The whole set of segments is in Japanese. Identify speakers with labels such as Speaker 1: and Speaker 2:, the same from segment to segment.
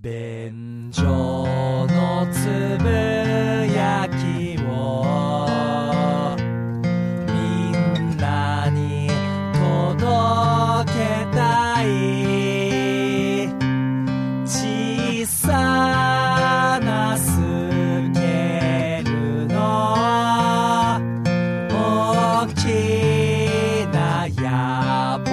Speaker 1: 便所のつぶやきをみんなに届けたい小さなスケールの大きな野望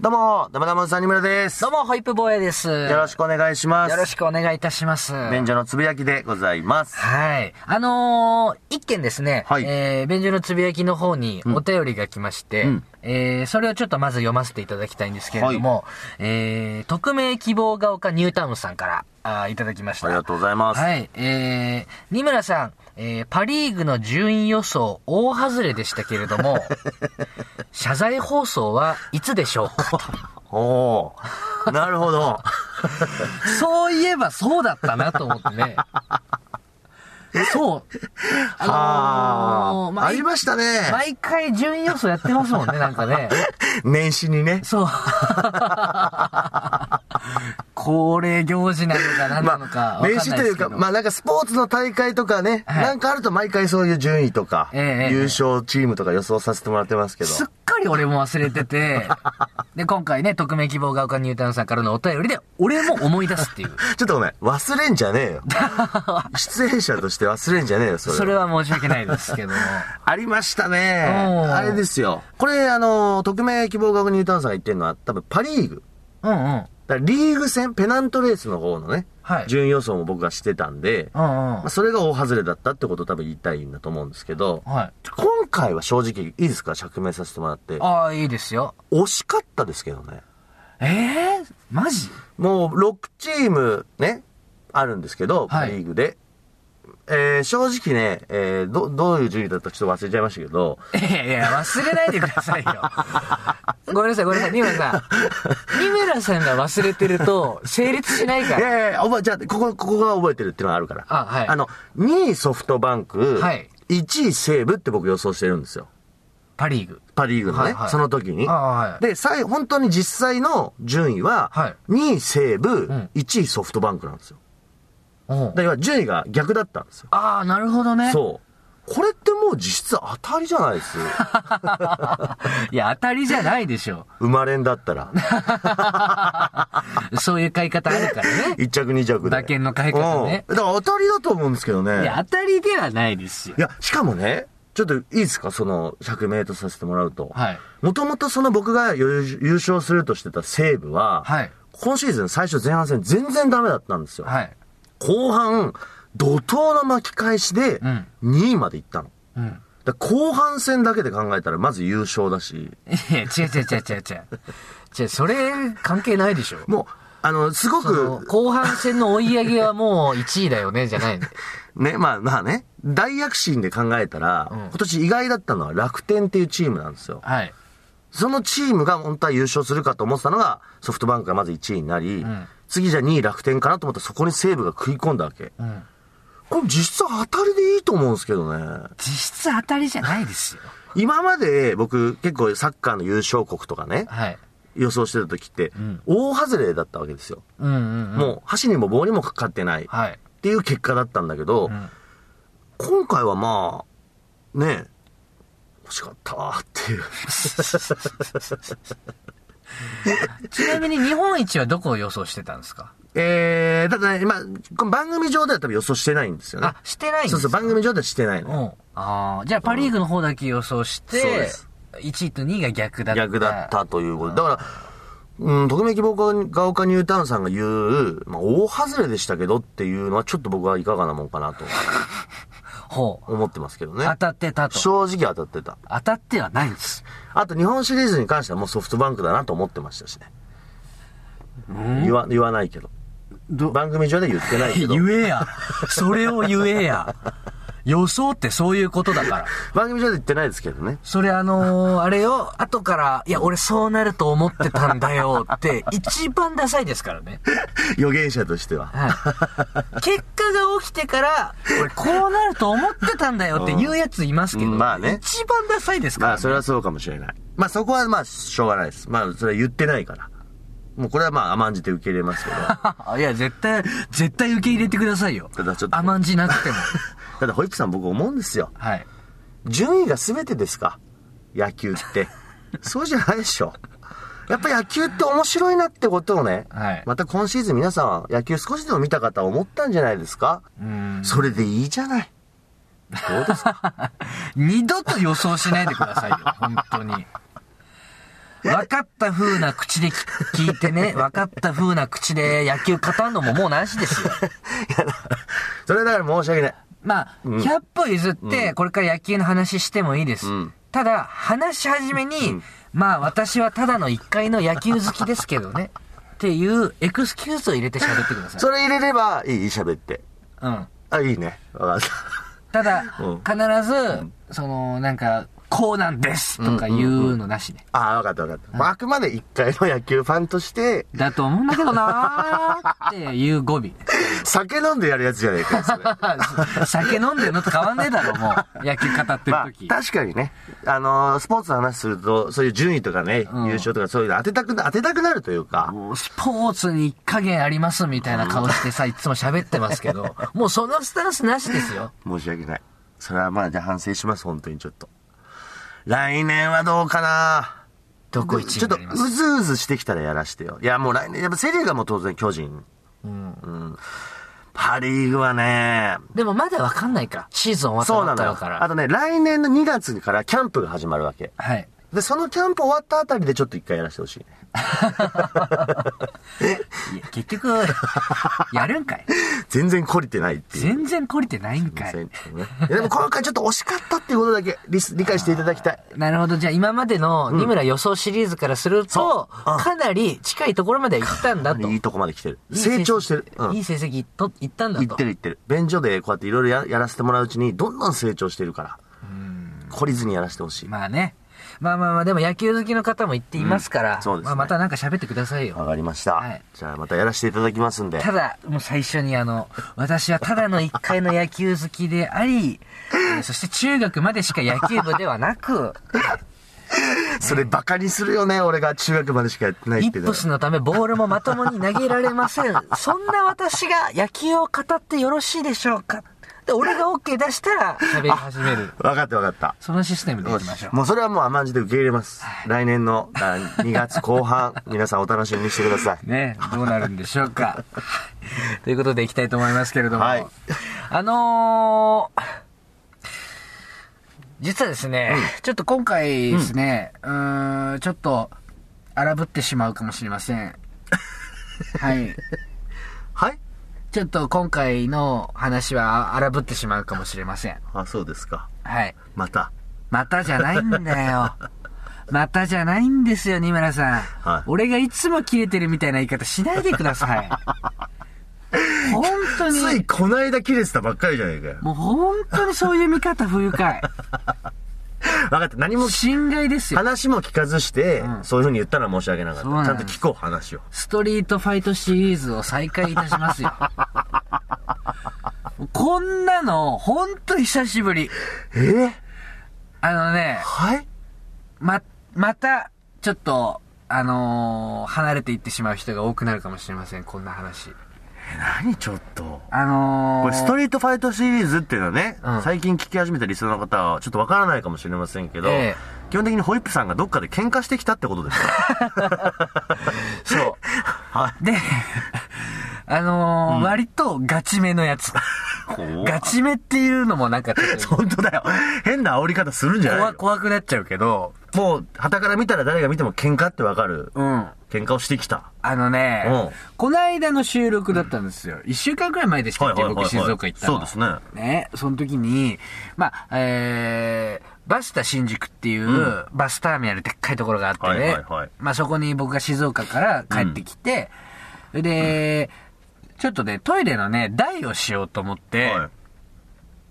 Speaker 2: どうも、ダマダマンさんにむらです。
Speaker 3: どうも、ホイップ坊やです。
Speaker 2: よろしくお願いします。
Speaker 3: よろしくお願いいたします。
Speaker 2: 便所のつぶやきでございます。
Speaker 3: はい。あのー一件ですね、
Speaker 2: はい
Speaker 3: えー、便所のつぶやきの方にお便りが来まして、
Speaker 2: うん
Speaker 3: えー、それをちょっとまず読ませていただきたいんですけれども、えー、匿名希望が丘ニュータウンさんから、あーいただきました。
Speaker 2: ありがとうございます。
Speaker 3: はい、えー、二村さん、えー、パリーグの順位予想大外れでしたけれど も、謝罪放送はいつでしょうか
Speaker 2: おお、なるほど。
Speaker 3: そういえばそうだったなと思ってね。 そう。あの
Speaker 2: あ
Speaker 3: ー
Speaker 2: ー
Speaker 3: まあ
Speaker 2: ありましたね。
Speaker 3: 毎回順位予想やってますもんね、なんかね。
Speaker 2: 年始にね。
Speaker 3: そう。 恒例行事なのか何なのか
Speaker 2: ま
Speaker 3: わ
Speaker 2: あ、
Speaker 3: かん
Speaker 2: 年始
Speaker 3: ないですけど。
Speaker 2: というか、まあなんかスポーツの大会とかね、
Speaker 3: はい
Speaker 2: なんかあると毎回そういう順位とか、
Speaker 3: ええええ
Speaker 2: 優勝チームとか予想させてもらってますけど。
Speaker 3: すっかり俺も忘れて て、で、今回ね、匿名希望が丘ニュータウンさんからのお便りで、俺も思い出すっ ていう。
Speaker 2: ちょっとごめん、忘れんじゃねえよ。出演者として忘れんじゃねえよ、それ。
Speaker 3: それは申し訳ないですけ ども。
Speaker 2: ありましたね。
Speaker 3: うん
Speaker 2: あれですよ。これ、あの、匿名希望学ニュータウンさんが言ってるのは、多分パリーグ。
Speaker 3: うんうん。
Speaker 2: だからリーグ戦、ペナントレースの方のね、
Speaker 3: はい
Speaker 2: 順位予想も僕がしてたんで、
Speaker 3: うんうん
Speaker 2: まあ、。それが大外れだったってことを多分言いたいんだと思うんですけど、
Speaker 3: はい。
Speaker 2: 今回は正直いいですか釈明させてもらって。
Speaker 3: ああ、いいですよ。
Speaker 2: 惜しかったですけどね。
Speaker 3: ええー、マジ
Speaker 2: もう6チームね、あるんですけど、パ
Speaker 3: はい
Speaker 2: リーグで。えー正直ね、えーど、どういう順位だったかちょっと忘れちゃいましたけど、
Speaker 3: いやいや、忘れないでくださ いよ。ごめんなさい、ごめんなさい、二村さん。二村さんが忘れてると、成立しないか
Speaker 2: い
Speaker 3: ら。
Speaker 2: やいやいや覚え、じゃあ、ここ、ここが覚えてるっていうのがあるから。
Speaker 3: あはい
Speaker 2: あの、2位ソフトバンク、
Speaker 3: はい
Speaker 2: 1位西武って僕予想してるんですよ。
Speaker 3: パリーグ。
Speaker 2: パリーグのね、
Speaker 3: はいはい
Speaker 2: その時に。
Speaker 3: あはい
Speaker 2: で、最、本当に実際の順位は、
Speaker 3: はい
Speaker 2: 2位西武、
Speaker 3: ん
Speaker 2: 1位ソフトバンクなんですよ。
Speaker 3: おう
Speaker 2: だから順位が逆だったんですよ。
Speaker 3: ああ、なるほどね。
Speaker 2: そう。これってもう実質当たりじゃないです。
Speaker 3: いや、当たりじゃないでしょ
Speaker 2: 生まれんだったら。
Speaker 3: う。そういう 買い方あるからね。
Speaker 2: 1着2着で。
Speaker 3: 馬券の買い方ね
Speaker 2: うんだから当たりだと思うんですけどね。
Speaker 3: いや、当たりではないですよ
Speaker 2: い。や、しかもね、ちょっといいですか、その、釈明とさせてもらうと。
Speaker 3: はい
Speaker 2: もともとその僕が優優勝するとしてた西武は、
Speaker 3: はい
Speaker 2: 今シーズン最初前半戦全然ダメだったんですよ。
Speaker 3: はい。
Speaker 2: 後半、怒涛の巻き返しで、
Speaker 3: ん
Speaker 2: 2位まで行ったの。
Speaker 3: うん。
Speaker 2: だから後半戦だけで考えたら、まず優勝だし、
Speaker 3: いや、違う違う違う違う違う。違う、それ関係ないでしょ。
Speaker 2: もう、あの、すご
Speaker 3: その
Speaker 2: く、
Speaker 3: 後半戦の追い上げはもう1位だよね、じゃないんで。
Speaker 2: ね、まあまあね、大躍進で考えたら、
Speaker 3: うん
Speaker 2: 今年意外だったのは楽天っていうチームなんですよ。
Speaker 3: はい。
Speaker 2: そのチームが本当は優勝するかと思ってたのが、ソフトバンクがまず1位になり、
Speaker 3: ん
Speaker 2: 次じゃ2位楽天かなと思ったらそこに西武が食い込んだわけ。
Speaker 3: うん。
Speaker 2: これ実質当たりでいいと思うんですけどね。
Speaker 3: 実質当たりじゃないですよ。
Speaker 2: 今まで僕結構サッカーの優勝国とかね、
Speaker 3: はい。
Speaker 2: 予想してた時って、
Speaker 3: ん
Speaker 2: 大外れだったわけですよ。
Speaker 3: うんうんうん。
Speaker 2: もう箸にも棒にもかかってないっ
Speaker 3: はい。
Speaker 2: ていう結果だったんだけど、
Speaker 3: ん
Speaker 2: 今回はまあ、ねえ、欲しかったわっていう。
Speaker 3: ちなみに日本一はどこを予想してたんですか
Speaker 2: えー、ただね、まあ、この番組上では多分予想してないんですよね。
Speaker 3: あ、してないんです
Speaker 2: そうそう、番組上ではしてないの。
Speaker 3: うん。ああ、じゃあパリーグの方だけ予想して、
Speaker 2: そうです
Speaker 3: 1位と2位が逆だった。
Speaker 2: 逆だったということで。だから、うん、匿名希望が丘ニュータウンさんが言う、まあ、大外れでしたけどっていうのはちょっと僕はいかがなもんかなと
Speaker 3: ほう。
Speaker 2: 思ってますけどね。
Speaker 3: 当たってたと。
Speaker 2: 正直当たってた。
Speaker 3: 当たってはないんです。
Speaker 2: あと日本シリーズに関してはもうソフトバンクだなと思ってましたしね。言わ、言わないけど。
Speaker 3: ど
Speaker 2: 番組上で言ってないけど。
Speaker 3: 言えや。それを言えや。予想ってそういうことだから。
Speaker 2: 番組上で言ってないですけどね。
Speaker 3: それあのー、あれよ、後から、いや、俺そうなると思ってたんだよって、一番ダサいですからね。
Speaker 2: 予言者としては。
Speaker 3: はい。結果が起きてから、俺こうなると思ってたんだよって言うやついますけど、
Speaker 2: うんまあね
Speaker 3: 一番ダサいですか
Speaker 2: ま
Speaker 3: ら、
Speaker 2: あ、
Speaker 3: ね。
Speaker 2: それはそうかもしれない。まあ、そこはまあ、しょうがないです。まあ、それは言ってないから。もうこれはまあ、甘んじて受け入れますけど。だ
Speaker 3: いや、絶対、絶対受け入れてくださいよ
Speaker 2: ただちょっ。と
Speaker 3: 甘んじなく ても。
Speaker 2: って、ホイップさん僕思うんですよ。
Speaker 3: はい。
Speaker 2: 順位が全てですか野球 って。そうじゃないでしょ。やっぱ野球って面白いなってことをね、
Speaker 3: はい
Speaker 2: また今シーズン皆さん野球少しでも見た方は思ったんじゃないですか
Speaker 3: うん。
Speaker 2: それでいいじゃない。 どうですか
Speaker 3: 二度と予想しないでくださ いよ、本当に。分かった風な口で聞いて ね、分かった風な口で野球語るのももうなしですよ。
Speaker 2: それはだから申し訳ない。
Speaker 3: まあ、100歩譲って、これから野球の話してもいいです。
Speaker 2: ん
Speaker 3: ただ、話し始めに、まあ私はただの一回の野球好きですけどね、っていうエクスキューズを入れて喋ってください。
Speaker 2: それ入れればいい、喋って。
Speaker 3: うん。
Speaker 2: あ、いいね。わかった。
Speaker 3: ただ、
Speaker 2: うん
Speaker 3: 必ず、その、なんか、こうなんですとか言うのなしね。
Speaker 2: ああ、わかったわかった。まあ、あくまで一回の野球ファンとして、
Speaker 3: だと思うんだけどなーっていう語尾。
Speaker 2: 酒飲んでやるやつじゃないかよそれ
Speaker 3: 酒飲んでんのと変わんねえだろ、もう。野球語ってる
Speaker 2: まあ、
Speaker 3: 時。
Speaker 2: 確かにね、あのースポーツの話すると、そういう順位とかね、
Speaker 3: ん
Speaker 2: 優勝とかそういうの当てたくな、当てたくなるというか、
Speaker 3: もうスポーツに加減ありますみたいな顔してさ、いつも喋ってます けど、もうそのスタンスなしですよ。
Speaker 2: 申し訳ない。それはまあ、じゃあ反省します、本当にちょっと。来年はどうかな
Speaker 3: どこ一
Speaker 2: ちょっ
Speaker 3: 位に
Speaker 2: と、
Speaker 3: なります
Speaker 2: うずうずしてきたらやらしてよ。いや、もう来年、やっぱセリアがもう当然巨人。うんパリーグはね、
Speaker 3: でもまだわかんないから。シーズン終わった
Speaker 2: そうな
Speaker 3: ばっ
Speaker 2: の
Speaker 3: かだ
Speaker 2: よ。
Speaker 3: から。
Speaker 2: あとね、来年の2月からキャンプが始まるわけ。
Speaker 3: はい。
Speaker 2: で、そのキャンプ終わったあたりでちょっと一回やらせてほしいね。
Speaker 3: いや、結局、やるんかい
Speaker 2: 全然懲りてないっていう。
Speaker 3: 全然懲りてないんか
Speaker 2: 全
Speaker 3: い。
Speaker 2: 然ねいやでも今回ちょっと惜しかったっていうことだけ理理解していただきたい。
Speaker 3: なるほど。じゃあ今までの二村予想シリーズからすると、かなり近いところまで行ったんだと。
Speaker 2: いいとこまで来てる。
Speaker 3: いい成績
Speaker 2: 成長してる。うん。
Speaker 3: い
Speaker 2: い
Speaker 3: い成績と、いったんだと。
Speaker 2: ってるいってる。便所でこうやっていろいろややらせてもらううちにどんどん成長してるから。懲りずにやらせてほしい。
Speaker 3: まあね。まあまあまあ、でも野球好きの方も言っていますから、
Speaker 2: うんそうですね
Speaker 3: まあまたなんか喋ってください
Speaker 2: わ
Speaker 3: よ。
Speaker 2: かりました、
Speaker 3: はい
Speaker 2: じゃあまたやらせていただきますんで。
Speaker 3: ただ、もう最初にあの、私はただの一回の野球好きであ り、えーそして中学までしか野球部ではなく、
Speaker 2: それバカにするよね、俺が中学までしかやってない
Speaker 3: イ
Speaker 2: って
Speaker 3: ッ
Speaker 2: ね
Speaker 3: プスのためボールもまともに投げられませ ん。そんな私が野球を語ってよろしいでしょうかで、俺が OK 出したら喋り始める。
Speaker 2: わかったわかった。
Speaker 3: そのシステムでいきましょう。
Speaker 2: もうそれはもう甘んじて受け入れます。来年のあ2月後半、 皆さんお楽しみにしてください。
Speaker 3: ね、どうなるんでしょうか。 ということでいきたいと思いますけれども、
Speaker 2: はい
Speaker 3: あのー、実はですね、ちょっと今回ですね、うーん、ちょっと荒ぶってしまうかもしれませ ん。はい。
Speaker 2: はい
Speaker 3: ちょっと今回の話は荒ぶってしまうかもしれません。
Speaker 2: あ、そうですか。
Speaker 3: はい。
Speaker 2: また。
Speaker 3: またじゃないんだ よ。またじゃないんですよ、二村さん。
Speaker 2: はい
Speaker 3: 俺がいつもキレてるみたいな言い方しないでくだ さい。本当
Speaker 2: つい
Speaker 3: に、
Speaker 2: この間切れてたばっかりじゃないかよ。
Speaker 3: もう本当にそういう見方不愉快。
Speaker 2: 分かった。何も、
Speaker 3: 侵害ですよ。
Speaker 2: 話も聞かずして、そういう風に言ったら申し訳なかった。
Speaker 3: そうなん
Speaker 2: ちゃ
Speaker 3: だ
Speaker 2: んと聞こう、話を。
Speaker 3: ストリートファイトシリーズを再開いたしま すよ。こんなの、本当久しぶり。
Speaker 2: えー、
Speaker 3: あのね、
Speaker 2: はい
Speaker 3: ま、また、ちょっと、あのー離れていってしまう人が多くなるかもしれません、こんな話。
Speaker 2: 何ちょっと。
Speaker 3: あのー、
Speaker 2: これ、ストリートファイトシリーズっていうのはね、
Speaker 3: うん
Speaker 2: 最近聞き始めた理想の方は、ちょっとわからないかもしれませんけど、
Speaker 3: ええ
Speaker 2: 基本的にホイップさんがどっかで喧嘩してきたってことですよ。
Speaker 3: そう。で、あのー割とガチめのやつ。 ガチめっていうのもなんかちょっと
Speaker 2: 本当だよ。変な煽り方するんじゃないよ
Speaker 3: 怖怖くなっちゃうけど、
Speaker 2: もう、旗から見たら誰が見ても喧嘩ってわかる。
Speaker 3: うん。
Speaker 2: 喧嘩をしてきた。
Speaker 3: あのね、
Speaker 2: うん
Speaker 3: この間の収録だったんですよ。一、週間くらい前でしたっけ、僕静岡行ったの。
Speaker 2: そうですね。
Speaker 3: ね、その時に、まあ、えー、バスタ新宿っていう、バスターミナルでっかいところがあって
Speaker 2: は
Speaker 3: ね、
Speaker 2: いはいはい
Speaker 3: まあそこに僕が静岡から帰ってきて、で、ちょっとね、トイレのね、台をしようと思って、
Speaker 2: はい。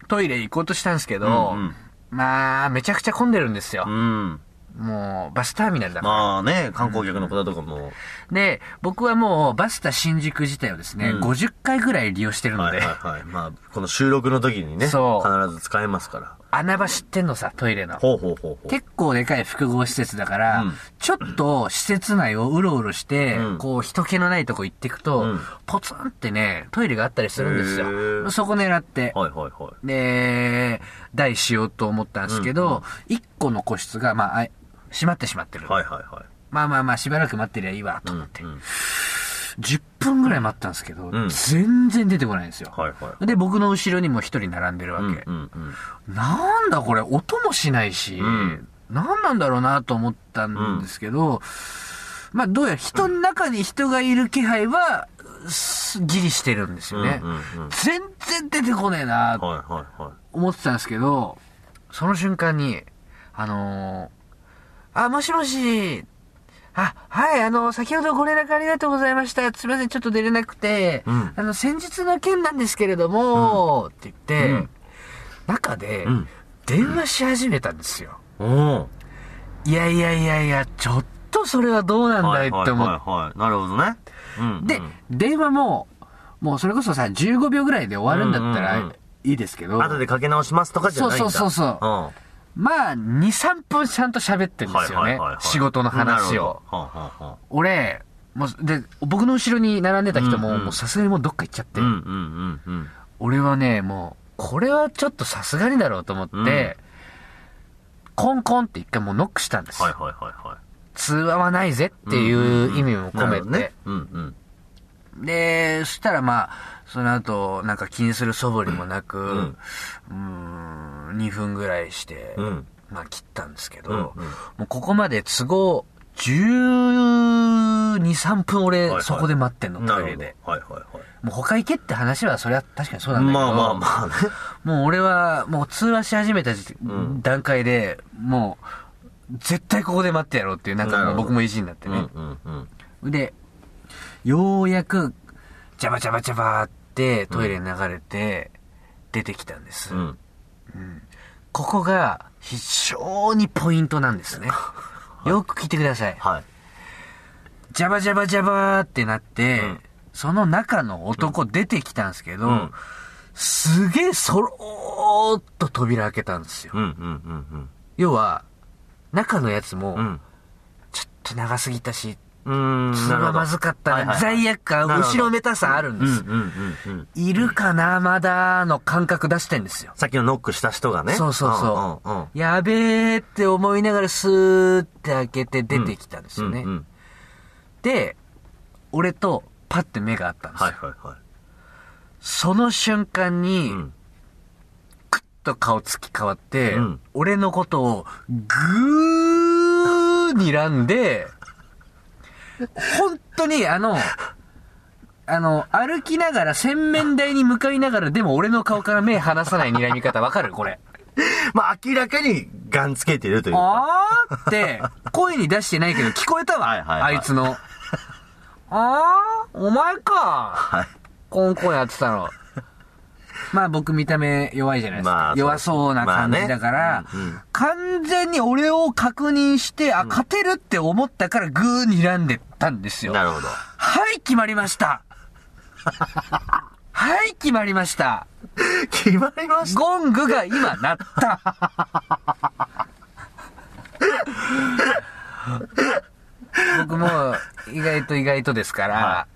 Speaker 3: トイレ行こうとしたんですけど、
Speaker 2: うんうん
Speaker 3: まあ、めちゃくちゃ混んでるんですよ
Speaker 2: う。ん。
Speaker 3: もう、バスターミナルだから。
Speaker 2: まあね、観光客の方とかも。
Speaker 3: で、僕はもう、バスタ新宿自体をですね、
Speaker 2: うん
Speaker 3: 50回ぐらい利用してるの
Speaker 2: はい
Speaker 3: で、
Speaker 2: はいはい。まあ、この収録の時にね、必
Speaker 3: そう
Speaker 2: ず使えますから。
Speaker 3: 穴場知ってんのさ、トイレの。
Speaker 2: ほうほうほうほう。
Speaker 3: 結構でかい複合施設だから、
Speaker 2: うん
Speaker 3: ちょっと施設内をうろうろして、
Speaker 2: うん
Speaker 3: こう人気のないとこ行ってくと、
Speaker 2: うん
Speaker 3: ポツンってね、トイレがあったりするんです
Speaker 2: へ
Speaker 3: よ。
Speaker 2: ー
Speaker 3: そこ狙って。
Speaker 2: はいはいはい。
Speaker 3: で、台しようと思ったんですけど、一1個の個室が、まああい、閉まってしまってる。
Speaker 2: はいはいはい。
Speaker 3: まあまあまあ、しばらく待ってりゃいいわ、と思って。
Speaker 2: うんうん
Speaker 3: 10分ぐらい待ったんですけど、
Speaker 2: ん
Speaker 3: 全然出てこないんですよ。
Speaker 2: はいはい。
Speaker 3: で、僕の後ろにも一人並んでるわけ。
Speaker 2: うんうんうん。
Speaker 3: なんだこれ、音もしないし、
Speaker 2: ん
Speaker 3: なんなんだろうなと思ったんですけど、まあどうやら人の中に人がいる気配は、すギリしてるんですよね。
Speaker 2: うんうんうん
Speaker 3: 全然出てこねえなと
Speaker 2: はいはいは
Speaker 3: 思ってたんですけど、その瞬間に、あのーあ、もしもし、あ、はい、あの、先ほどご連絡ありがとうございました。すいません、ちょっと出れなくて、
Speaker 2: うん
Speaker 3: あの、先日の件なんですけれども、って言って、
Speaker 2: うん
Speaker 3: 中で、
Speaker 2: うん
Speaker 3: 電話し始めたんですよ。
Speaker 2: い。おお。
Speaker 3: いやいやいやいや、ちょっとそれはどうなんだ
Speaker 2: はいい
Speaker 3: っ
Speaker 2: はい
Speaker 3: て思っ
Speaker 2: はいはい。なるほどね。うんうん。
Speaker 3: で、電話も、もうそれこそさ、15秒ぐらいで終わるんだった
Speaker 2: うんうんうん
Speaker 3: らいいですけど、
Speaker 2: 後でかけ直しますとかじゃないんだ
Speaker 3: そうそうそうそう
Speaker 2: うん。
Speaker 3: まあ、2、3分ちゃんと喋ってるんですよね。仕事の
Speaker 2: なる
Speaker 3: 話を。。
Speaker 2: ほどはあはあはあ
Speaker 3: 俺、もう、で、僕の後ろに並んでた人も、
Speaker 2: うんうん
Speaker 3: もうさすがにもうどっか行っちゃって、
Speaker 2: うんうんうんうん。
Speaker 3: 俺はね、もう、これはちょっとさすがにだろうと思って、
Speaker 2: うん
Speaker 3: コンコンって一回もうノックしたんです、
Speaker 2: はいはいはいはい。
Speaker 3: 通話はないぜっていう意味も込めて。
Speaker 2: なるほどね。うん
Speaker 3: で、そしたらまあ、その後、なんか気にする素振りもなく、
Speaker 2: う
Speaker 3: うんーん、2分ぐらいして、
Speaker 2: うん
Speaker 3: まあ切ったんですけど、
Speaker 2: うんうん
Speaker 3: もうここまで都合12、3分俺、
Speaker 2: はいはい
Speaker 3: そこで待ってん
Speaker 2: う
Speaker 3: の、
Speaker 2: ん。な
Speaker 3: ト
Speaker 2: る
Speaker 3: イ
Speaker 2: ほ
Speaker 3: レ
Speaker 2: ど。は
Speaker 3: で
Speaker 2: い。はいはい。
Speaker 3: もう他行けって話は、それは確かにそうなんだけど、
Speaker 2: まあまあまあね。
Speaker 3: もう俺は、もう通話し始めた時段階で、もう、絶対ここで待ってやろうっていう、なんか
Speaker 2: なるほ
Speaker 3: もう
Speaker 2: ど
Speaker 3: 僕も意地になってね。
Speaker 2: うんうんうん。
Speaker 3: で、ようやく、ジャバジャバジャバーってトイレに流れて、出てきたんです、
Speaker 2: うん。
Speaker 3: ここが非常にポイントなんですね。よく聞いてください。
Speaker 2: はい。
Speaker 3: ジャバジャバジャバーってなって、
Speaker 2: うん
Speaker 3: その中の男出てきたんですけど、
Speaker 2: ん
Speaker 3: すげえそろーっと扉開けたんですよ。
Speaker 2: うんうんうん
Speaker 3: 要は、中のやつも、
Speaker 2: うん。
Speaker 3: ちょっと長すぎたし、
Speaker 2: うん。うーん。
Speaker 3: それはまずかったな、
Speaker 2: はいはいはい
Speaker 3: 罪悪感、
Speaker 2: なるほど
Speaker 3: 後ろめたさあるん
Speaker 2: う
Speaker 3: で
Speaker 2: ん
Speaker 3: す。
Speaker 2: うんうんうん。
Speaker 3: いるかな、まだ、の感覚出してんですよ。
Speaker 2: さっきのノックした人がね。
Speaker 3: そうそうそ
Speaker 2: うんうんうん。
Speaker 3: う。やべえって思いながらスーって開けて出てきたんですよね
Speaker 2: うんう。ん
Speaker 3: で、俺とパッて目があったんです
Speaker 2: はい
Speaker 3: よ。
Speaker 2: はいはい。
Speaker 3: その瞬間に
Speaker 2: う、ん。
Speaker 3: クッと顔つき変わって
Speaker 2: うん、
Speaker 3: 俺のことをぐーにらんで、本当にあの、あの、歩きながら洗面台に向かいながら、でも俺の顔から目離さない睨み方わかるこれ。
Speaker 2: まあ明らかにガンつけてるというか。
Speaker 3: あーって、声に出してないけど聞こえたわ。
Speaker 2: はいはいはい
Speaker 3: あいつの。あーお前か。
Speaker 2: はい。
Speaker 3: コンコンやってたの。 まあ僕見た目弱いじゃないですか。
Speaker 2: まあそう
Speaker 3: 弱そうな感じだから、
Speaker 2: まあねうんうん
Speaker 3: 完全に俺を確認して、あ、勝てるって思ったからグーにらんでたんですよ。
Speaker 2: なるほど。
Speaker 3: はい、決まり ました。はい、決まりました。
Speaker 2: 決まりまし
Speaker 3: ゴングが今鳴った。僕も意外と意外とですから、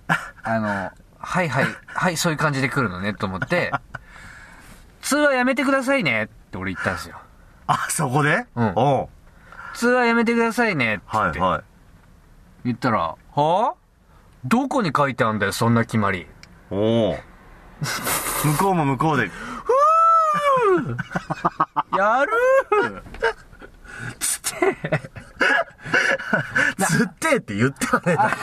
Speaker 3: あの、はいはい、はい、そういう感じで来るのねと思って、通話やめてくださいねって俺言ったんですよ。
Speaker 2: た。あ、そこで
Speaker 3: うん
Speaker 2: おう
Speaker 3: 通話やめてくださいねって言っ
Speaker 2: は
Speaker 3: て
Speaker 2: いはい。
Speaker 3: 言ったら、はぁどこに書いてあんだよ、そんな決まり。
Speaker 2: おお。向こうも向こうで。
Speaker 3: やるーつって、
Speaker 2: つってって言ってはねえな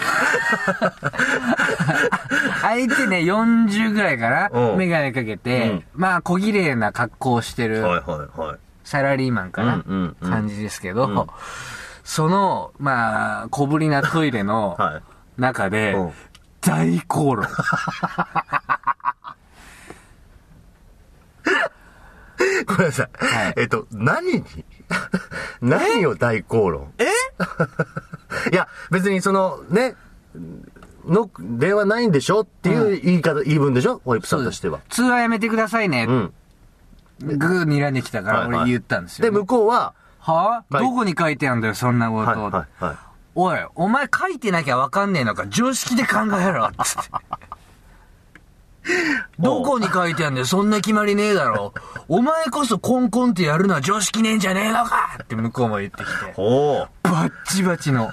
Speaker 3: 相手ね、40ぐらいかな
Speaker 2: うん
Speaker 3: メガネかけて、
Speaker 2: うん
Speaker 3: まあ、小綺麗な格好をしてる、
Speaker 2: はいはいはい。
Speaker 3: サラリーマンかな、
Speaker 2: うんうんうん
Speaker 3: 感じですけど、その、まあ、小ぶりなトイレの
Speaker 2: は
Speaker 3: 中で、
Speaker 2: うん
Speaker 3: 大口論。
Speaker 2: ごめんなさい。
Speaker 3: はい
Speaker 2: えっと、何に 何を大口論
Speaker 1: え
Speaker 2: いや、別にその、ね、の、電話ないんでしょっていう言い方、言い分でしょホイップさんとしては。
Speaker 3: 通話やめてくださいね。
Speaker 2: うん。
Speaker 3: グー睨んできたから
Speaker 2: はいは
Speaker 3: 俺
Speaker 2: い
Speaker 3: 言ったんですよ
Speaker 2: で、
Speaker 3: ね、
Speaker 2: 向こうは、
Speaker 3: はあ
Speaker 2: はい
Speaker 3: どこに書いてあんだよ、そんなこと。
Speaker 2: はい、はい、はい。
Speaker 3: おい、お前書いてなきゃわかんねえのか、常識で考えろ、つって。どこに書いてあんだよ、そんな決まりねえだろ。お前こそコンコンってやるのは常識ねえんじゃねえのかって向こうも言ってきて。
Speaker 2: おー
Speaker 3: バッチバチの。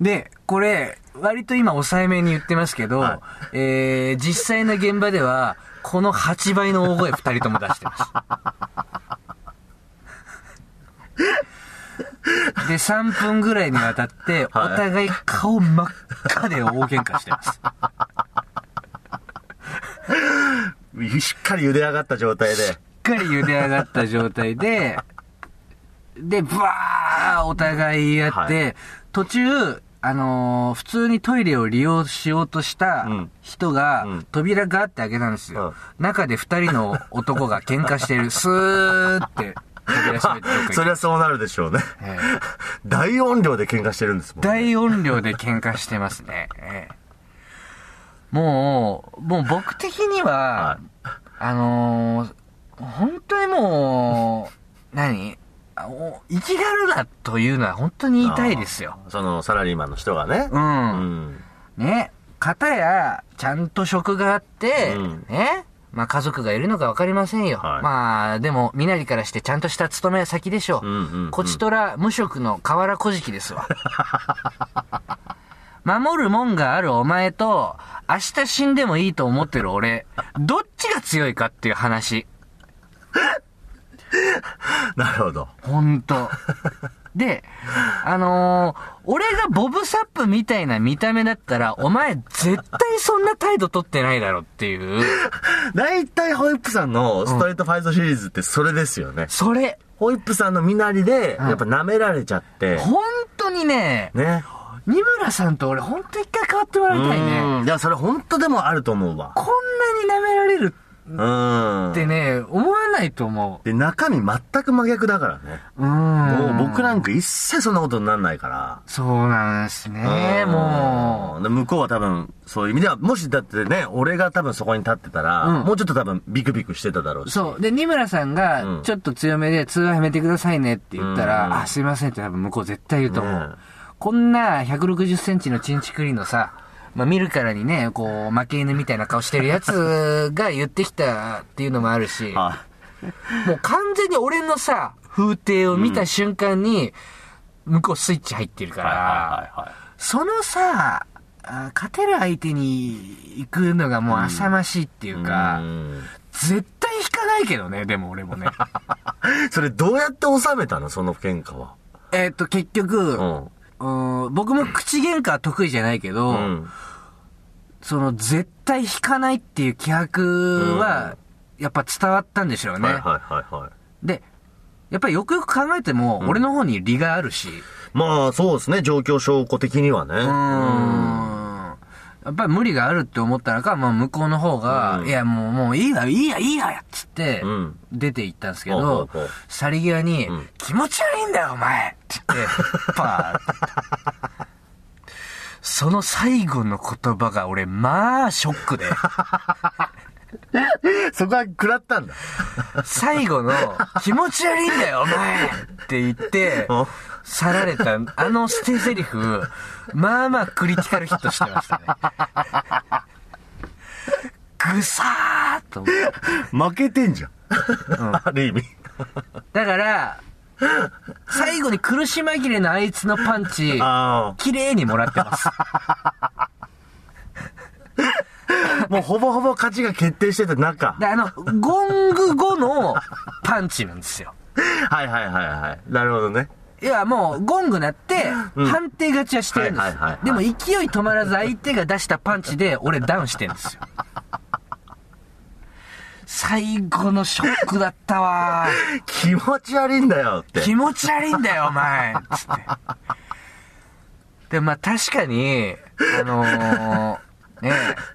Speaker 3: で、これ、割と今抑えめに言ってますけど、
Speaker 2: は
Speaker 3: えー、実際の現場では、この8倍の大声2人とも出してます。で、3分ぐらいにわたって、お
Speaker 2: はい
Speaker 3: 互い顔真っ赤で大喧嘩してます。
Speaker 2: しっかり茹で上がった状態で。
Speaker 3: しっかり茹で上がった状態で、 で、ブワーお互いやって、
Speaker 2: はい
Speaker 3: 途中、あのー普通にトイレを利用しようとした
Speaker 2: うん
Speaker 3: 人が、
Speaker 2: うん
Speaker 3: 扉ガーって開けたんですよ。中で二人の男が喧嘩して る。スーって扉閉めてどっか行っ
Speaker 2: そり
Speaker 3: て
Speaker 2: ゃそうなるでしょうね。
Speaker 3: ええ
Speaker 2: 大音量で喧嘩してるんですもん。
Speaker 3: 大音量で喧嘩してますね。ええもう、もう僕的には、あのー本当にもう、何あお生きがるなというのは本当に言いたいですよ。
Speaker 2: そのサラリーマンの人がね。
Speaker 3: う。
Speaker 2: うんん。
Speaker 3: ね。方や、ちゃんと職があって、
Speaker 2: うん
Speaker 3: ね。まあ家族がいるのかわかりませんよ。
Speaker 2: はい
Speaker 3: まあ、でも、みなりからしてちゃんとした勤め先でしょう。
Speaker 2: うんうんうん
Speaker 3: こちとら無職の河原小敷ですわ。 守るもんがあるお前と、明日死んでもいいと思ってる俺、どっちが強いかっていう話。
Speaker 2: なるほど。
Speaker 3: ほんと。で、あのー俺がボブサップみたいな見た目だったら、お前絶対そんな態度取ってないだろっていう、
Speaker 2: 大体ホイップさんのストレートファイトシリーズってそれですよね。
Speaker 3: それ、
Speaker 2: ホイップさんの身なりで、
Speaker 3: うん
Speaker 2: やっぱ舐められちゃって。
Speaker 3: 本当にね、
Speaker 2: ね。
Speaker 3: 二村さんと俺本当一回変わってもらいたいね。
Speaker 2: うん。いや、それ本当でもあると思うわ。
Speaker 3: こんなに舐められる
Speaker 2: うん。
Speaker 3: ってね、思わないと思
Speaker 2: で、中身全く真逆だからね。
Speaker 3: う。うん。
Speaker 2: もう僕なんか一切そんなことにならないから。
Speaker 3: そうなんですね、も
Speaker 2: うん。で向こうは多分、そういう意味では、もしだってね、俺が多分そこに立ってたら、
Speaker 3: うん
Speaker 2: もうちょっと多分ビクビクしてただろう
Speaker 3: う。
Speaker 2: し。
Speaker 3: そう。で、二村さんが
Speaker 2: う、ん
Speaker 3: ちょっと強めで、通話やめてくださいねって言ったら、
Speaker 2: うん
Speaker 3: あ、すいませんって多分向こう絶対言うと思う。
Speaker 2: ね
Speaker 3: こんな160センチのチンチクリのさ、まあ見るからにね、こう、負け犬みたいな顔してるやつが言ってきたっていうのもあるし、も
Speaker 2: は
Speaker 3: う完全に俺のさ、風景を見た瞬間に、向こうスイッチ入ってる
Speaker 2: い。
Speaker 3: か
Speaker 2: はい
Speaker 3: ら、
Speaker 2: はいはいはい。
Speaker 3: そのさ、あ勝てる相手に行くのがもう浅ましいっていうか、
Speaker 2: うん
Speaker 3: 絶対引かないけどね、でも俺 もね。
Speaker 2: それどうやって収めたのその喧嘩は。
Speaker 3: えっと、結局、
Speaker 2: う。
Speaker 3: うんーん、僕も口喧嘩は得意じゃないけど、
Speaker 2: うん。
Speaker 3: その絶対引かないっていう気迫は、やっぱ伝わったんでしょうね。
Speaker 2: はいはいはいはい。
Speaker 3: で、やっぱりよくよく考えても、俺の方に利があるし、
Speaker 2: まあ、そうですね。状況証拠的にはね。
Speaker 3: うーんやっぱり無理があるって思ったらか、まあ向こうの方が、
Speaker 2: うん
Speaker 3: いやもう、もういいわ、いいや、いいや、つって
Speaker 2: うん、
Speaker 3: 出て行ったんですけ
Speaker 2: ほうほう
Speaker 3: ど
Speaker 2: ほう、
Speaker 3: 去り際に
Speaker 2: うん、
Speaker 3: 気持ち悪いんだよ、お前って言って、パーって。その最後の言葉が俺、まあ、ショックで。
Speaker 2: そこは食らったんだ。
Speaker 3: 最後の、気持ち悪いんだよ、お前って言って
Speaker 2: うん、
Speaker 3: 去られた、あの捨て台詞、まあまあクリティカルヒットしてましたね。ぐさーっと思って。
Speaker 2: 負けてんじゃん。 ある意味。
Speaker 3: だから、最後に苦し紛れのあいつのパンチ、
Speaker 2: あ
Speaker 3: 綺麗にもらってます。
Speaker 2: あ。もうほぼほぼ勝ちが決定してた中。
Speaker 3: で、あの、ゴング後のパンチなんですよ。
Speaker 2: はいはいはいはい。なるほどね。
Speaker 3: いや、もう、ゴングなって、
Speaker 2: うん
Speaker 3: 判定勝ちはしてるんです
Speaker 2: はいはいはいは
Speaker 3: よ。
Speaker 2: い
Speaker 3: でも、勢い止まらず相手が出したパンチで、俺ダウンしてるんですよ。最後のショックだったわ
Speaker 2: 気持ち悪いんだよって。
Speaker 3: 気持ち悪いんだよ、 お前つって。で、まあ確かに、あのーねえ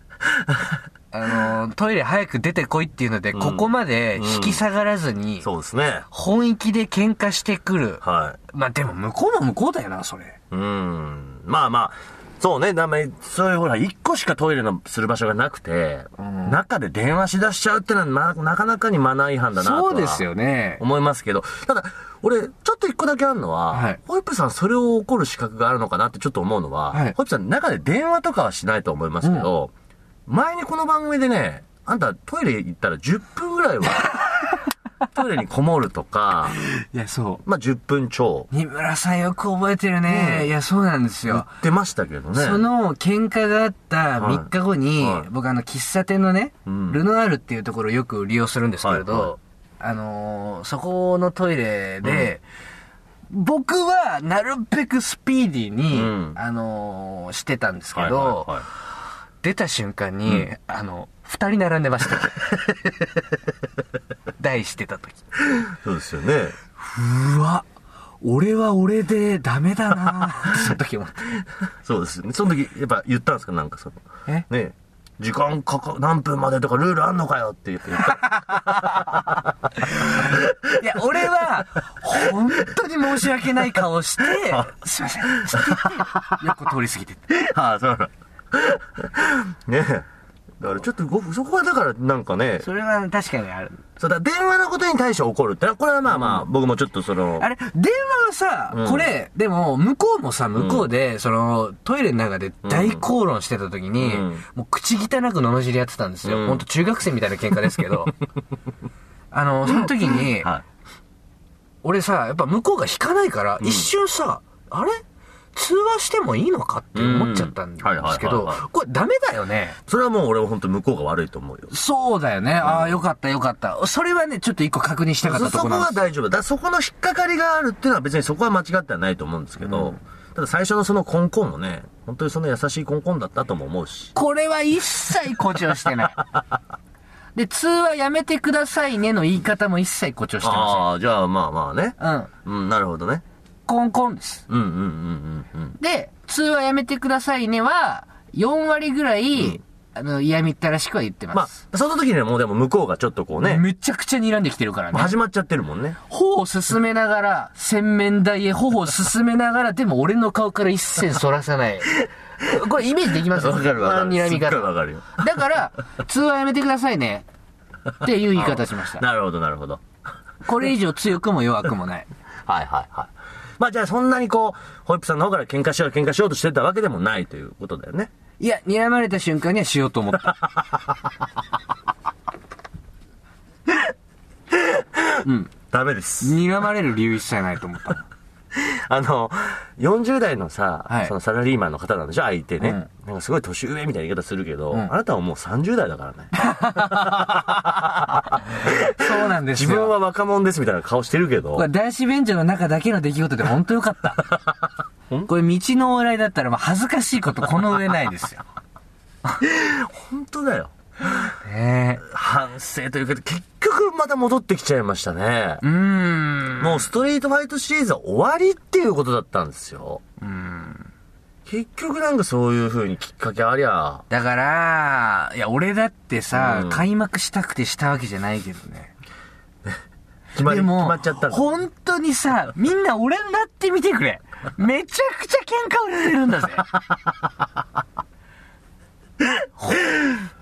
Speaker 3: あの、トイレ早く出てこいっていうので、
Speaker 2: ん
Speaker 3: ここまで引き下がらずに、
Speaker 2: そうですね。
Speaker 3: 本気で喧嘩してくる。
Speaker 2: はい。
Speaker 3: まあでも向こうも向こうだよな、それ。
Speaker 2: うん。まあまあ、そうね、だめ、そういうほら、一個しかトイレのする場所がなくて、中で電話しだしちゃうってのは、まあ、なかなかにマナー違反だなとは
Speaker 3: そうですよね。
Speaker 2: 思いますけど、ただ、俺、ちょっと一個だけあるのは、
Speaker 3: はい
Speaker 2: ホイップさんそれを怒る資格があるのかなってちょっと思うのは、
Speaker 3: はい
Speaker 2: ホイップさん中で電話とかはしないと思いますけど、前にこの番組でね、あんたトイレ行ったら10分ぐらい は、トイレにこもるとか、
Speaker 3: いや、そう。
Speaker 2: まあ10分超、
Speaker 3: 三村さんよく覚えてるね。
Speaker 2: うん
Speaker 3: いや、そうなんです
Speaker 2: 言
Speaker 3: よ。
Speaker 2: ってましたけどね。
Speaker 3: その喧嘩があった
Speaker 2: はい
Speaker 3: 3日後に、
Speaker 2: はい
Speaker 3: 僕あの喫茶店のね、
Speaker 2: うん
Speaker 3: ルノアールっていうところをよく利用するんですけれど、
Speaker 2: はいはい
Speaker 3: あのーそこのトイレで、僕はなるべくスピーディーに、
Speaker 2: うん
Speaker 3: あのーしてたんですけど、
Speaker 2: はいはいはい
Speaker 3: 出た瞬間に、あの、2人並んでました。 台してた時。
Speaker 2: そうですよね。
Speaker 3: うわ、俺は俺でダメだな その時思って。
Speaker 2: そうですよね。その時、やっぱ言ったんですかなんかその。
Speaker 3: え
Speaker 2: ね時間かか、何分までとかルールあんのかよって言って言った。
Speaker 3: いや、俺は、本当に申し訳ない 顔して、すいません、って言って、横通り過ぎてって。
Speaker 2: ああ、そうだ。ねえ。だからちょっとご、そこはだからなんかね、
Speaker 3: それは確かにある。
Speaker 2: そうだ、電話のことに対して怒るってのは、これはまあまあ、僕もちょっとその、
Speaker 3: あれ、電話はさ、
Speaker 2: うん
Speaker 3: これ、でも、向こうもさ、向こうで、その、トイレの中で大口論してた時に、
Speaker 2: うん
Speaker 3: もう口汚く罵り合ってたんですよ。
Speaker 2: うん
Speaker 3: ほんと中学生みたいな喧嘩です けど。あの、その時に、
Speaker 2: は
Speaker 3: 俺さ、やっぱ向こうが引かないから、一瞬さ、あれ通話してもいいのかって思っちゃったんで
Speaker 2: うんは
Speaker 3: す
Speaker 2: い
Speaker 3: け
Speaker 2: はいはい
Speaker 3: ど
Speaker 2: はい、
Speaker 3: これダメだよね。
Speaker 2: い。それはもう俺は本当向こうが悪いと思うよ。
Speaker 3: そうだよね。ああ、よかったよかった。それはね、ちょっと一個確認したかっ
Speaker 2: そ
Speaker 3: たと
Speaker 2: そこ
Speaker 3: こなん
Speaker 2: は
Speaker 3: です。
Speaker 2: 大丈夫。だからそこの引っかかりがあるっていうのは別にそこは間違ってはないと思うんですけど、ただ最初のそのコンコンもね、本当にその優しいコンコンだったとも思うし。
Speaker 3: これは一切誇張して ない。で、通話やめてくださいねの言い方も一切誇張してま
Speaker 2: ああ、じゃあまあまあね。
Speaker 3: せん。うん。
Speaker 2: うん、なるほどね。
Speaker 3: コンコンです。
Speaker 2: うんうんうんうんうん。
Speaker 3: で、通話やめてくださいねは、4割ぐらい、あの、嫌みったらしくは言って
Speaker 2: ま
Speaker 3: ます。
Speaker 2: あ、その時にはもうでも向こうがちょっとこうね、
Speaker 3: めちゃくちゃ睨んできてるからね。
Speaker 2: 始まっちゃってるもんね。
Speaker 3: 頬を進めながら、洗面台へ頬を進めながら、でも俺の顔から一線そらさない。 これイメージできます
Speaker 2: わかるわか
Speaker 3: あの
Speaker 2: る。
Speaker 3: 睨み
Speaker 2: すっごいわ
Speaker 3: 方。
Speaker 2: かるよ。
Speaker 3: だから、通話やめてくださいね。っていう言い方しました。
Speaker 2: なるほど、なるほど。
Speaker 3: これ以上強くも弱くもない。
Speaker 2: はいはいはい。まあじゃあそんなにこう、ホイップさんの方から喧嘩しよう喧嘩しようとしてたわけでもないということだよね。
Speaker 3: いや、睨まれた瞬間にはしようと思った。
Speaker 2: ダメです。
Speaker 3: 睨まれる理由一切ないと思った。
Speaker 2: あの、40代のさ、
Speaker 3: はい
Speaker 2: そのサラリーマンの方なんでしょ相手ね、
Speaker 3: うん
Speaker 2: なんかすごい年上みたいな言い方するけど、
Speaker 3: うん
Speaker 2: あなたはもう30代だからね。
Speaker 3: そうなん です
Speaker 2: 自
Speaker 3: よ。
Speaker 2: 分は若者ですみたいな顔してるけど
Speaker 3: これ、男子便所の中だけの出来事で本当よかった。これ、道のお笑いだったら、まあ、恥ずかしいことこの上ないですよ。
Speaker 2: 本当だよ。
Speaker 3: ねえ。
Speaker 2: 反省というか、結局また戻ってきちゃいましたね。
Speaker 3: うーん。
Speaker 2: もうストリートファイトシリーズは終わりっていうことだったんですよ。結局なんかそういう風にきっかけありゃ、
Speaker 3: だから、いや、俺だってさ、
Speaker 2: うん
Speaker 3: 開幕したくてしたわけじゃないけどね。
Speaker 2: 決まり、決
Speaker 3: でも、
Speaker 2: まっちゃったの
Speaker 3: 本当にさ、みんな俺になってみてくれ。めちゃくちゃ喧嘩売れてる んだぜ。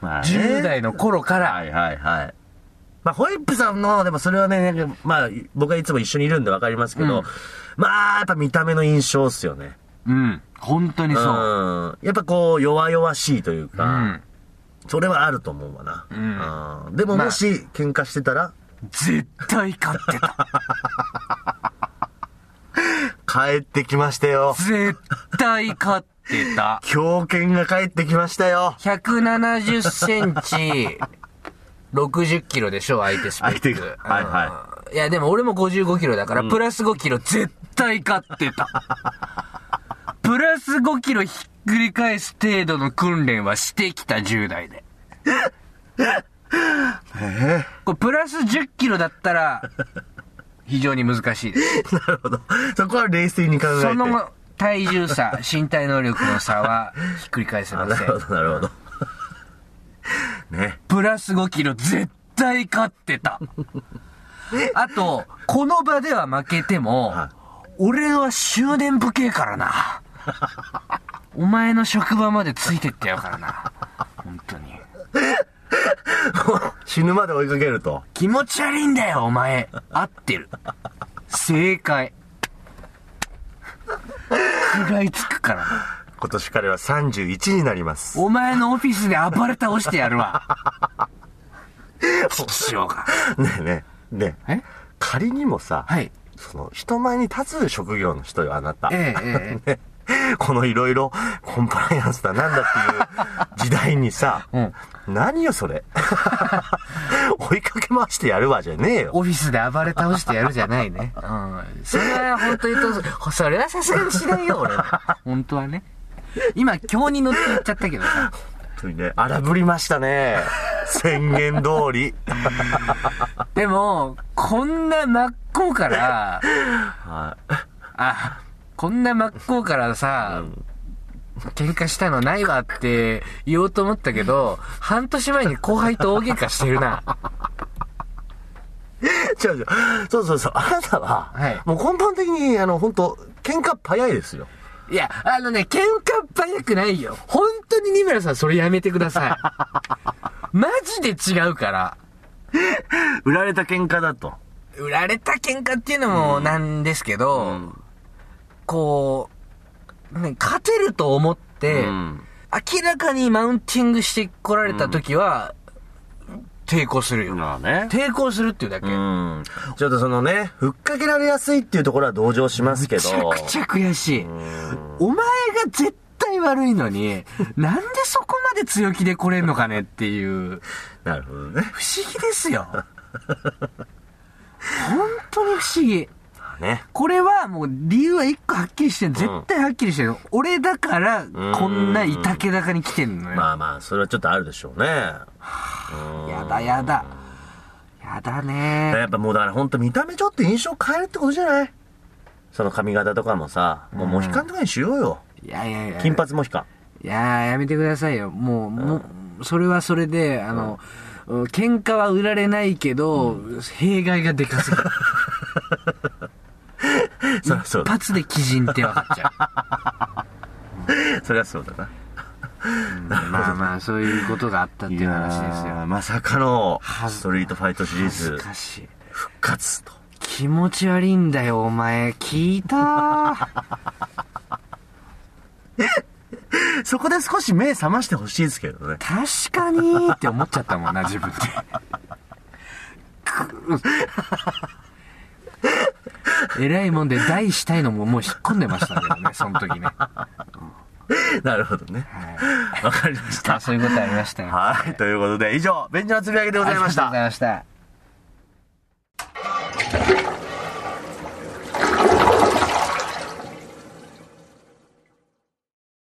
Speaker 2: まあね
Speaker 3: 10代の頃から。
Speaker 2: はいはいはい。まあ、ホイップさんの、でもそれはね、なんかまあ、僕はいつも一緒にいるんでわかりますけど、
Speaker 3: うん
Speaker 2: まあ、やっぱ見た目の印象っすよね。
Speaker 3: うん。本当に
Speaker 2: う
Speaker 3: そう。
Speaker 2: ん。やっぱこう、弱々しいという
Speaker 3: う
Speaker 2: か、
Speaker 3: ん。
Speaker 2: それはあると思うわな。
Speaker 3: ん
Speaker 2: うんでも
Speaker 3: まあ
Speaker 2: もし、喧嘩してたら、
Speaker 3: 絶対勝ってた。
Speaker 2: 帰ってきましたよ。
Speaker 3: 絶対勝ってた。
Speaker 2: 狂犬が帰ってきましたよ。
Speaker 3: 170センチ、60キロでしょ、相手スペッ
Speaker 2: 相手
Speaker 3: ク。。
Speaker 2: はいはい
Speaker 3: いや、でも俺も55キロだから、プラス5キロ絶対勝ってた。 プラス5キロひっくり返す程度の訓練はしてきた10代で。これプラス10キロだったら、非常に難しいです。
Speaker 2: なるほど。そこは冷静に考えて。
Speaker 3: その体重差、身体能力の差はひっくり返せ
Speaker 2: あ
Speaker 3: ま
Speaker 2: な
Speaker 3: せん
Speaker 2: る。ほど、なるほど。 ね。
Speaker 3: プラス5キロ絶対勝ってた。あと、この場では負けても
Speaker 2: は、
Speaker 3: 俺は終電不景からな。お前の職場までついてってやるからな。本当に。
Speaker 2: 死ぬまで追いかけると。
Speaker 3: 気持ち悪いんだよ、お前。合ってる。正解。食らいつくからな。
Speaker 2: 今年彼は31になります。
Speaker 3: お前のオフィスで暴れ倒してやるわ。父親が。
Speaker 2: ねえねえ、ねえ
Speaker 3: え
Speaker 2: 仮にもさ、
Speaker 3: はい。
Speaker 2: その、人前に立つ職業の人よ、あなた。
Speaker 3: ええええ。
Speaker 2: ねこのいろいろ、コンプライアンスだなんだっていう時代にさ、
Speaker 3: うん
Speaker 2: 何よそれ。 追いかけ回してやるわじゃねえよ。
Speaker 3: オフィスで暴れ倒してやるじゃない ね。うん。それは本当にと、それはさすがにしないよ、俺は。 本当はね。今、今日に乗って言っちゃったけどさ。
Speaker 2: 本当にね、荒ぶりましたね。宣言通り。
Speaker 3: でも、こんな真っ向から、
Speaker 2: はい
Speaker 3: あ、こんな真っ向からさ、喧嘩したのないわって言おうと思ったけど、半年前に後輩と大喧嘩してるな。
Speaker 2: 違う違う。そうそうそう。あなたは、
Speaker 3: はい
Speaker 2: もう根本的に、あの、本当喧嘩早いですよ。
Speaker 3: いや、あのね、喧嘩っ早くないよ。本当に二村さんそれやめてくださ い。マジで違うから。
Speaker 2: 売られた喧嘩だと。
Speaker 3: 売られた喧嘩っていうのもなんですけど、こう、ね、勝てると思って、
Speaker 2: うん
Speaker 3: 明らかにマウンティングしてこられた時は、抵抗するよ、
Speaker 2: まあね。
Speaker 3: 抵抗するっていうだけ。
Speaker 2: うん。ちょっとそのね、ふっかけられやすいっていうところは同情しますけど。
Speaker 3: めちゃくちゃ悔しい。お前が絶対悪いのに、なんでそこまで強気で来れんのかねっていう。
Speaker 2: なるほどね。
Speaker 3: 不思議ですよ。本当に不思議。
Speaker 2: ね。
Speaker 3: これはもう理由は一個はっきりしてる。絶対はっきりしてる。俺だから、こんないたけだかに来てんのよ。
Speaker 2: まあまあ、それはちょっとあるでしょうね。
Speaker 3: やだやだ。やだね。
Speaker 2: やっぱもうだからほんと見た目ちょっと印象変えるってことじゃないその髪型とかもさ、もうモヒカンとかにしようよ。
Speaker 3: いやいやいや。
Speaker 2: 金髪モヒカン。
Speaker 3: いやー、やめてくださいよ。もう、もう、それはそれで、あの、うん喧嘩は売られないけど、弊害がで かすぎる。
Speaker 2: そりゃそう
Speaker 3: 一
Speaker 2: だ。
Speaker 3: 発で鬼人って分かっちゃう。
Speaker 2: そりゃそうだな。
Speaker 3: まあまあ、そういうことがあったっていう話です
Speaker 2: いや
Speaker 3: よ
Speaker 2: ー。まさかの
Speaker 3: 恥ず
Speaker 2: ストリートファイトシリー
Speaker 3: 恥ず
Speaker 2: ズ
Speaker 3: かしい。
Speaker 2: 復活と。
Speaker 3: 気持ち悪いんだよ、お前。聞いた
Speaker 2: そこで少し目覚ましてほしいですけどね。
Speaker 3: 確かにって思っちゃったもんな、自分で。くっえらいもんで大したいのももう引っ込んでましたけどね、その時ね。
Speaker 2: なるほどね。わかりました。
Speaker 3: そういうことありましたよ。
Speaker 2: はい。ということで、以上、ベンチのつぶやきでございました。
Speaker 3: ありがとうございました。